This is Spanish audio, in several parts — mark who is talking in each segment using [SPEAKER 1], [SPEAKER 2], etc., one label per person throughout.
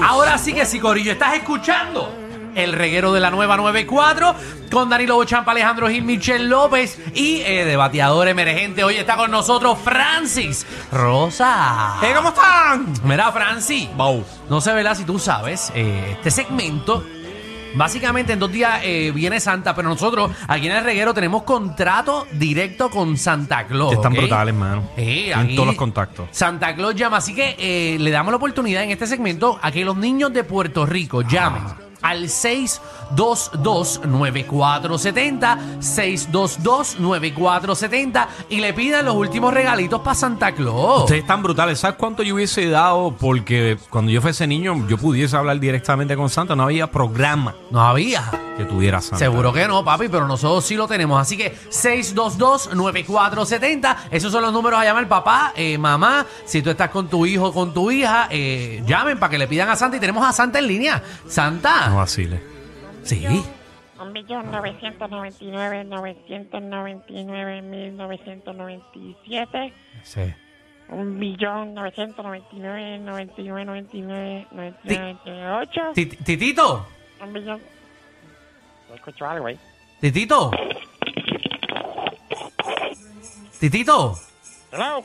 [SPEAKER 1] Ahora sí que sí, Corillo, estás escuchando el reguero de la nueva 94 con Danilo Bochampa, Alejandro Gil, Michel López y eh, de bateador emergente. Hoy está con nosotros Francis Rosa.
[SPEAKER 2] Hey, Eh, ¿Cómo están?
[SPEAKER 1] Mira, Francis, no sé, ¿verdad? Si tú sabes, eh, este segmento, básicamente en dos días eh, viene Santa, pero nosotros aquí en el reguero tenemos contrato directo con Santa Claus.
[SPEAKER 2] Están
[SPEAKER 1] ¿ok?
[SPEAKER 2] brutales, hermano.
[SPEAKER 1] Sí,
[SPEAKER 2] Tienen
[SPEAKER 1] aquí
[SPEAKER 2] todos los contactos.
[SPEAKER 1] Santa Claus llama, así que eh, le damos la oportunidad en este segmento a que los niños de Puerto Rico llamen
[SPEAKER 2] Ah.
[SPEAKER 1] al 622-9470, 622-9470 y le pidan los últimos regalitos para Santa Claus.
[SPEAKER 2] Ustedes están brutales. ¿Sabes cuánto yo hubiese dado? Porque cuando yo fuese niño, yo pudiese hablar directamente con Santa. No había programa
[SPEAKER 1] No había.
[SPEAKER 2] que tuviera Santa.
[SPEAKER 1] Seguro que no, papi, pero nosotros sí lo tenemos. Así que 622-9470. Esos son los números a llamar, papá, eh, mamá. Si tú estás con tu hijo o con tu hija, eh, llamen para que le pidan a Santa. Y tenemos a Santa en línea.
[SPEAKER 2] No
[SPEAKER 1] Santa.
[SPEAKER 2] vacile.
[SPEAKER 1] Sí.
[SPEAKER 3] 1.999.999.997,
[SPEAKER 1] Sí.
[SPEAKER 3] 1.999.999.998,
[SPEAKER 1] Ti- Titito,
[SPEAKER 3] 1 millón... No escucho algo ahí.
[SPEAKER 1] Titito. Titito.
[SPEAKER 3] Hello,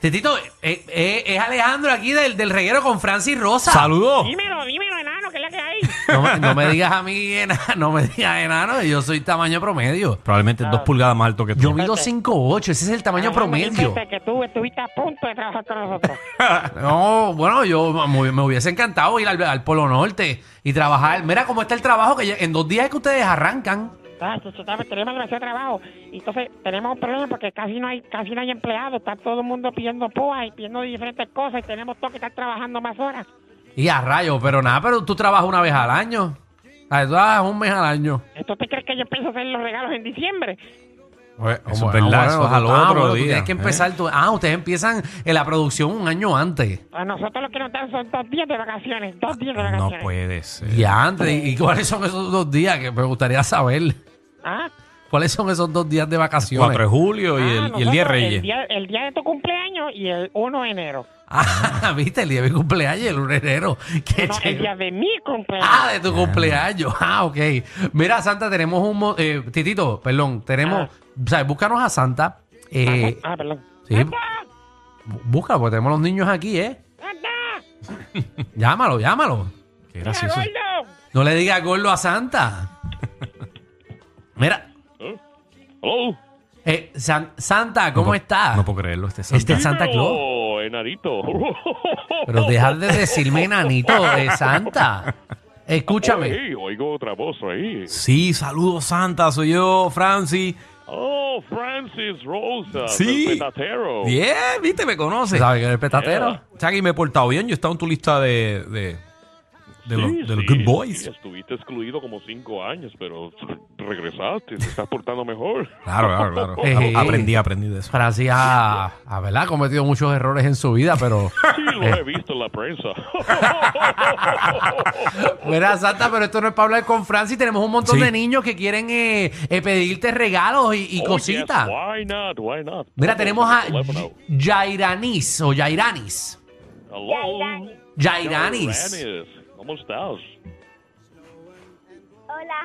[SPEAKER 1] Titito, eh, eh, es Alejandro aquí del, del reguero con Francis Rosa.
[SPEAKER 2] ¡Saludos!
[SPEAKER 3] dímelo, dímelo, enano, que es la que hay.
[SPEAKER 1] No, me- no me digas a mí, enano, no me digas enano, yo soy tamaño promedio.
[SPEAKER 2] Probablemente dos pulgadas más alto que tú.
[SPEAKER 1] Yo mido 5'8, ese es el
[SPEAKER 3] Ah,
[SPEAKER 1] tamaño promedio.
[SPEAKER 3] Dijiste que tú estuviste a punto de trabajar con nosotros.
[SPEAKER 1] No, bueno, yo me me hubiese encantado ir al, al Polo Norte y trabajar. Mira cómo está el trabajo, que ya- en dos días es que ustedes arrancan.
[SPEAKER 3] Ah, sí, sí, sabes, tenemos demasiado trabajo. Entonces, tenemos un problema porque casi no hay casi no hay empleados. Está todo el mundo pidiendo púas y pidiendo diferentes cosas. Y tenemos todos que estar trabajando más horas.
[SPEAKER 1] Y a rayos, pero nada, pero tú trabajas una vez al año. Ah, Tú trabajas un mes al año.
[SPEAKER 3] ¿Entonces te crees que yo empiezo a hacer los regalos en diciembre?
[SPEAKER 2] Bueno, eso
[SPEAKER 1] Bueno,
[SPEAKER 2] es verdad,
[SPEAKER 1] bueno,
[SPEAKER 2] eso es al
[SPEAKER 1] ah,
[SPEAKER 2] otro
[SPEAKER 1] bueno, tú
[SPEAKER 2] día. ¿eh?
[SPEAKER 1] Tienes que empezar. tu- ah, ustedes empiezan en la producción un año antes.
[SPEAKER 3] A Pues nosotros lo que nos dan son dos días de vacaciones. Dos días de
[SPEAKER 2] ¿eh? No
[SPEAKER 3] vacaciones.
[SPEAKER 2] puede ser.
[SPEAKER 1] Y antes. ¿Y y cuáles son esos dos días? Que me gustaría saber.
[SPEAKER 3] Ah,
[SPEAKER 1] ¿Cuáles son esos dos días de
[SPEAKER 2] 4 de
[SPEAKER 1] vacaciones?
[SPEAKER 2] julio y,
[SPEAKER 3] ah,
[SPEAKER 2] el, y el
[SPEAKER 3] nosotros
[SPEAKER 2] Día de Reyes.
[SPEAKER 3] El día, el día de tu cumpleaños y el 1 de enero.
[SPEAKER 1] Ah, viste, el día de mi cumpleaños, el 1 de enero. Qué
[SPEAKER 3] No, el
[SPEAKER 1] chévere.
[SPEAKER 3] día de mi cumpleaños.
[SPEAKER 1] Ah, de tu cumpleaños. Ah, ok. Mira, Santa, tenemos un... mo- eh, titito, perdón, tenemos... O sea, búscanos a Santa. Eh,
[SPEAKER 3] ah, perdón.
[SPEAKER 1] sí.
[SPEAKER 3] ¡Anda!
[SPEAKER 1] bú- Búscalo, porque tenemos los niños aquí, ¿eh?
[SPEAKER 3] ¡Anda!
[SPEAKER 1] Llámalo, llámalo.
[SPEAKER 2] Qué
[SPEAKER 3] ¡Mira,
[SPEAKER 2] gracioso.
[SPEAKER 3] gordo!
[SPEAKER 1] No le digas gordo a Santa. Mira,
[SPEAKER 4] Hello.
[SPEAKER 1] eh, San- Santa, ¿cómo
[SPEAKER 2] No po-
[SPEAKER 1] estás?
[SPEAKER 2] No puedo creerlo, este Santa.
[SPEAKER 1] este es Santa Claus.
[SPEAKER 4] Oh, enadito.
[SPEAKER 1] Pero deja de decirme nanito de Santa. Escúchame.
[SPEAKER 4] Oye, oigo otra voz ahí.
[SPEAKER 2] Sí, saludos Santa, soy yo, Francis.
[SPEAKER 4] Oh, Francis Rosa.
[SPEAKER 2] Sí.
[SPEAKER 4] El petatero.
[SPEAKER 2] Bien, viste, me conoces.
[SPEAKER 1] ¿Sabes que eres petatero?
[SPEAKER 2] O sea, que me he portado bien. Yo he estado en tu lista de, de, de,
[SPEAKER 4] Sí,
[SPEAKER 2] los, de los
[SPEAKER 4] sí,
[SPEAKER 2] good boys.
[SPEAKER 4] sí, estuviste excluido como cinco años, pero regresaste. Te estás portando mejor.
[SPEAKER 2] Claro, claro, claro.
[SPEAKER 1] Ejé.
[SPEAKER 2] Ap- Aprendí, aprendí de eso.
[SPEAKER 1] Francis ha, ha, ¿verdad? ha cometido muchos errores en su vida, pero...
[SPEAKER 4] Sí, lo he visto en la prensa.
[SPEAKER 1] Mira, Santa, pero esto no es para hablar con Francis. Tenemos un montón
[SPEAKER 2] Sí.
[SPEAKER 1] de niños que quieren eh, eh, pedirte regalos y, y
[SPEAKER 4] Oh,
[SPEAKER 1] cositas.
[SPEAKER 4] yes, why not? Why not?
[SPEAKER 1] Mira, tenemos a
[SPEAKER 4] Hello.
[SPEAKER 1] Jairanis o Jairanis. Jairanis.
[SPEAKER 4] Jairanis. ¿Cómo estás?
[SPEAKER 5] Hola,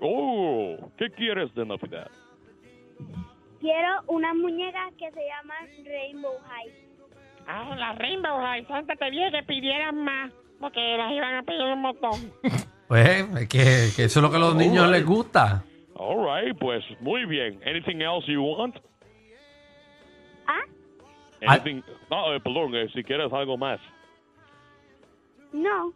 [SPEAKER 4] Oh, ¿qué quieres de Navidad?
[SPEAKER 5] quiero una muñeca que se llama Rainbow High.
[SPEAKER 3] Ah, la Rainbow High Santa te dije que pidieran más, porque las iban a pedir un montón.
[SPEAKER 1] Pues, es que, que eso es lo que a los niños les gusta.
[SPEAKER 4] All right, pues muy bien. Anything else you want?
[SPEAKER 5] ¿Ah?
[SPEAKER 4] Anything? No, eh, perdón, eh, si quieres algo más.
[SPEAKER 5] No,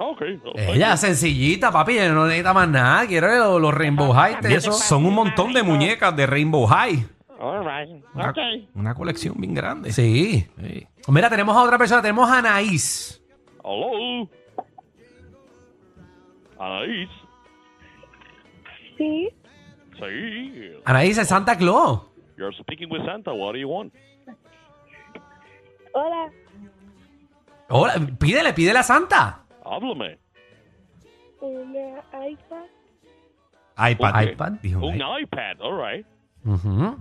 [SPEAKER 4] Ok. no, thank
[SPEAKER 1] Ella es sencillita, papi, ella no necesita más nada. Quiero los, los Rainbow High.
[SPEAKER 2] Y
[SPEAKER 1] te-
[SPEAKER 2] eso, son un montón de muñecas de Rainbow High.
[SPEAKER 3] All right.
[SPEAKER 2] Una,
[SPEAKER 3] Ok.
[SPEAKER 2] una colección bien grande.
[SPEAKER 1] Sí.
[SPEAKER 2] Sí.
[SPEAKER 1] Mira, tenemos a otra persona, tenemos a Anaís.
[SPEAKER 4] you. Hello. Anaís,
[SPEAKER 5] Sí.
[SPEAKER 4] say,
[SPEAKER 1] Anaís es Santa Claus.
[SPEAKER 4] you're speaking with Santa, what do you want?
[SPEAKER 5] Hola.
[SPEAKER 1] Hola, pídele, pídele a Santa.
[SPEAKER 4] Háblame.
[SPEAKER 5] Una iPad.
[SPEAKER 2] iPad.
[SPEAKER 4] Ok.
[SPEAKER 1] iPad, dijo.
[SPEAKER 4] Un iPad, all right.
[SPEAKER 1] Ujú.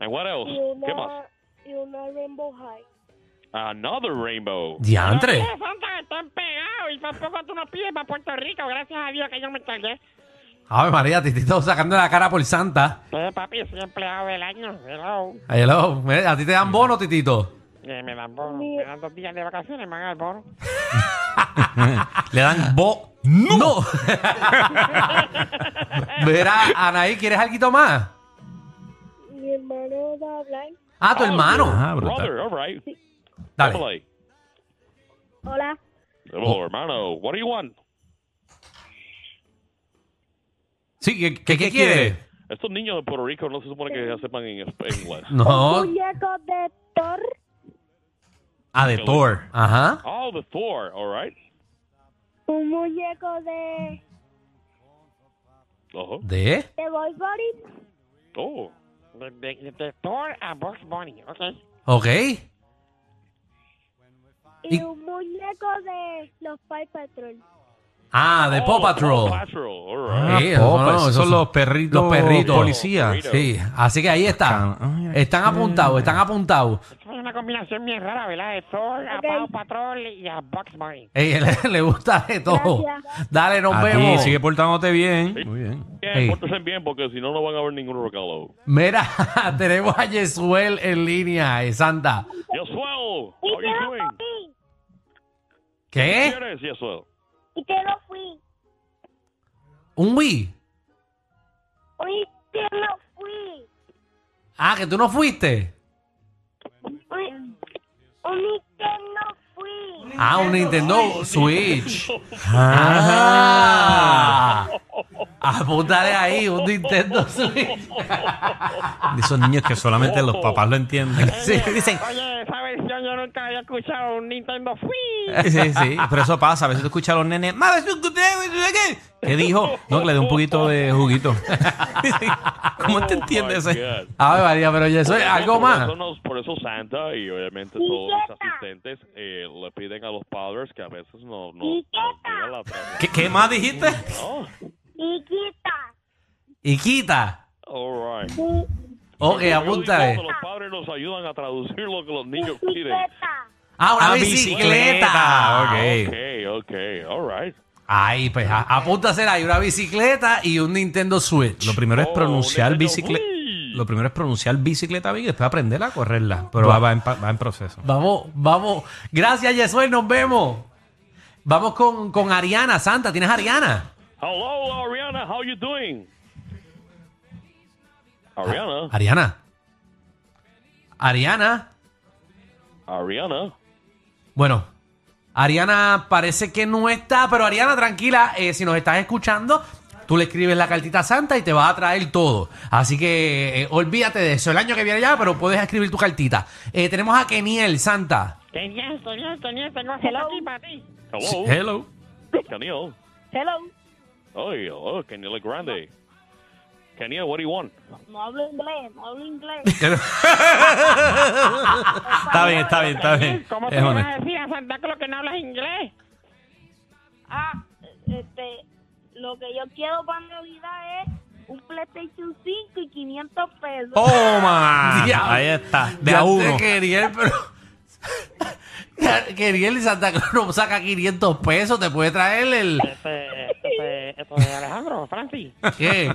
[SPEAKER 4] And what else? ¿Qué más?
[SPEAKER 5] Y una Rainbow High.
[SPEAKER 4] Another rainbow.
[SPEAKER 1] Diantre.
[SPEAKER 3] Oye, Santa, están pegados y tampoco tú no pides para Puerto Rico. Gracias a Dios que yo me encargué.
[SPEAKER 1] Ave María, te estoy sacando la cara por Santa.
[SPEAKER 3] Eh, papi, soy empleado del año. Hello.
[SPEAKER 1] Hello. Mira, A ti te dan bono, Titito.
[SPEAKER 3] Eh, me dan bono. Me dan dos días de vacaciones, me dan el bono.
[SPEAKER 2] Le dan bo.
[SPEAKER 1] ¡No! Verá, Anaí, ¿quieres algo más?
[SPEAKER 5] Mi hermano va a hablar.
[SPEAKER 1] Ah, tu hermano.
[SPEAKER 2] Ah, brutal.
[SPEAKER 4] Oh, Brother, all right.
[SPEAKER 1] Dale.
[SPEAKER 4] Háblale.
[SPEAKER 5] Hola.
[SPEAKER 4] Hello, hermano. What do you want?
[SPEAKER 2] Sí, ¿qué,
[SPEAKER 1] ¿Qué,
[SPEAKER 2] qué, qué
[SPEAKER 1] qué
[SPEAKER 2] quieres?
[SPEAKER 1] quiere?
[SPEAKER 4] Estos niños de Puerto Rico no se supone que ya sepan en es- inglés. Oh,
[SPEAKER 1] No.
[SPEAKER 5] Muñeco de Thor.
[SPEAKER 2] Ah, de Thor.
[SPEAKER 1] Ajá.
[SPEAKER 4] Oh, the Thor, all right.
[SPEAKER 5] Un muñeco de...
[SPEAKER 4] Ojo.
[SPEAKER 1] ¿De?
[SPEAKER 5] de Wolverine.
[SPEAKER 4] Oh.
[SPEAKER 3] De, de, de, de Thor a Box Bunny, ¿ok?
[SPEAKER 1] Ok.
[SPEAKER 5] Y,
[SPEAKER 1] Y-
[SPEAKER 5] un muñeco de los Paw Patrol.
[SPEAKER 1] Ah, de
[SPEAKER 4] Oh,
[SPEAKER 1] Paw Patrol.
[SPEAKER 4] Paw Patrol, all
[SPEAKER 2] Ah,
[SPEAKER 4] right.
[SPEAKER 1] Sí,
[SPEAKER 2] Paw
[SPEAKER 1] no, no,
[SPEAKER 2] Patrol.
[SPEAKER 1] esos
[SPEAKER 2] son
[SPEAKER 1] son-
[SPEAKER 2] los perritos.
[SPEAKER 1] los perritos.
[SPEAKER 2] Policías. Eh,
[SPEAKER 4] Burrito.
[SPEAKER 1] Sí, así que ahí está.
[SPEAKER 2] Can- ay,
[SPEAKER 1] Están
[SPEAKER 2] qué-
[SPEAKER 1] apuntados, están apuntados.
[SPEAKER 3] Es una combinación bien rara, ¿verdad? De Thor a
[SPEAKER 5] Ok.
[SPEAKER 3] Paw Patrol y a Box Bunny.
[SPEAKER 1] Ey, Eh, le, le gusta de todo.
[SPEAKER 5] Gracias.
[SPEAKER 1] Dale, nos
[SPEAKER 2] A ti,
[SPEAKER 1] vemos.
[SPEAKER 2] sigue portándote bien.
[SPEAKER 4] Sí.
[SPEAKER 2] Muy bien.
[SPEAKER 4] Bien,
[SPEAKER 1] Hey.
[SPEAKER 4] pórtense bien porque si no, no van a ver ningún regalo.
[SPEAKER 1] Mira, tenemos a Yesuel en línea, eh, Santa.
[SPEAKER 4] Yasuel,
[SPEAKER 5] Y
[SPEAKER 4] how are
[SPEAKER 5] te
[SPEAKER 4] you
[SPEAKER 5] lo
[SPEAKER 4] doing?
[SPEAKER 5] fui.
[SPEAKER 1] ¿Qué?
[SPEAKER 4] ¿Quién eres, Yasuel?
[SPEAKER 5] Y te lo fui.
[SPEAKER 1] ¿Un Wii?
[SPEAKER 5] Hoy te lo fui.
[SPEAKER 1] Ah, que tú no fuiste.
[SPEAKER 5] Hoy, hoy te lo fui.
[SPEAKER 1] Ah, un Nintendo Switch. Ah. Apúntale ahí, un Nintendo Switch.
[SPEAKER 2] De esos niños que solamente los papás lo entienden.
[SPEAKER 1] Sí, dicen.
[SPEAKER 3] Oye, esa versión yo nunca había escuchado un Nintendo Free.
[SPEAKER 2] Sí, sí, pero eso pasa. A veces tú escuchas a los nenes. "Ma, es un cumpleaños, no sé ¿Qué ¿Qué dijo? No, que le dé un poquito de juguito. Sí. ¿Cómo te
[SPEAKER 4] Oh,
[SPEAKER 2] entiendes? eh.
[SPEAKER 4] my
[SPEAKER 2] ese?
[SPEAKER 4] God.
[SPEAKER 1] A ver, María, pero Yesuel,
[SPEAKER 4] Por eso-
[SPEAKER 1] algo
[SPEAKER 4] por
[SPEAKER 1] más.
[SPEAKER 4] eso nos- por eso Santa y obviamente
[SPEAKER 5] Sí,
[SPEAKER 4] todos los
[SPEAKER 5] Santa.
[SPEAKER 4] asistentes eh, le piden a los padres que a veces no, no,
[SPEAKER 5] Sí,
[SPEAKER 4] no
[SPEAKER 5] Santa.
[SPEAKER 4] digan la trama.
[SPEAKER 2] ¿Qué, qué más dijiste?
[SPEAKER 4] Oh,
[SPEAKER 5] Y quita.
[SPEAKER 1] Y quita.
[SPEAKER 4] all right.
[SPEAKER 5] Y
[SPEAKER 1] Ok, eh.
[SPEAKER 4] Yo
[SPEAKER 1] apúntale.
[SPEAKER 4] digo que Los padres nos ayudan a traducir lo que los niños quieren.
[SPEAKER 5] bicicleta.
[SPEAKER 1] Ah, una
[SPEAKER 2] Ah,
[SPEAKER 1] bicicleta.
[SPEAKER 2] bicicleta, ok.
[SPEAKER 4] Okay, okay, all right.
[SPEAKER 1] Ay, pues a- apúntasela. Hay una bicicleta y un Nintendo Switch.
[SPEAKER 2] Lo primero es
[SPEAKER 4] Oh,
[SPEAKER 2] pronunciar
[SPEAKER 4] Nintendo
[SPEAKER 2] bicicleta.
[SPEAKER 4] Wii.
[SPEAKER 2] Lo primero es pronunciar bicicleta bien y después aprenderla a correrla. Pero
[SPEAKER 1] Va.
[SPEAKER 2] va, va en, pa- va en proceso.
[SPEAKER 1] Vamos, vamos. Gracias, Yesuel. Nos vemos. Vamos con, con Ariana, Santa. ¿Tienes a Ariana?
[SPEAKER 4] Hello, Ariana, how you doing?
[SPEAKER 2] Ah,
[SPEAKER 4] Ariana,
[SPEAKER 1] Ariana. Ariana.
[SPEAKER 4] Ariana.
[SPEAKER 1] Bueno, Ariana parece que no está, pero Ariana, tranquila, eh, si nos estás escuchando, tú le escribes la cartita a santa y te va a traer todo. Así que eh, olvídate de eso. El año que viene ya, pero puedes escribir tu cartita. Eh, tenemos a Keniel, Santa.
[SPEAKER 3] Tenía, tenía, tenía, tengo esto aquí para ti.
[SPEAKER 4] Oh. Hello,
[SPEAKER 2] Hello. eh.
[SPEAKER 4] Caniel.
[SPEAKER 5] Hello.
[SPEAKER 4] Oh, yeah, oh, Caniel Grande. Caniel, what do you want?
[SPEAKER 5] No hablo inglés, no hablo inglés.
[SPEAKER 2] Está bien, está bien, está bien.
[SPEAKER 3] ¿Cómo tú
[SPEAKER 2] Es
[SPEAKER 3] le
[SPEAKER 2] honesto.
[SPEAKER 3] vas a decir a Santa Claus que no hablas inglés?
[SPEAKER 5] Ah, este, lo que yo quiero para Navidad es un PlayStation 5 y 500 pesos.
[SPEAKER 2] Oh, Toma.
[SPEAKER 1] Diablo.
[SPEAKER 2] Ahí está. De
[SPEAKER 1] Ya
[SPEAKER 2] a
[SPEAKER 1] sé,
[SPEAKER 2] uno.
[SPEAKER 1] Keniel, pero. Keniel y Santa Claus no saca 500 pesos, te puede traer el.
[SPEAKER 3] Este, este, este de Alejandro, Francis.
[SPEAKER 1] ¿Qué?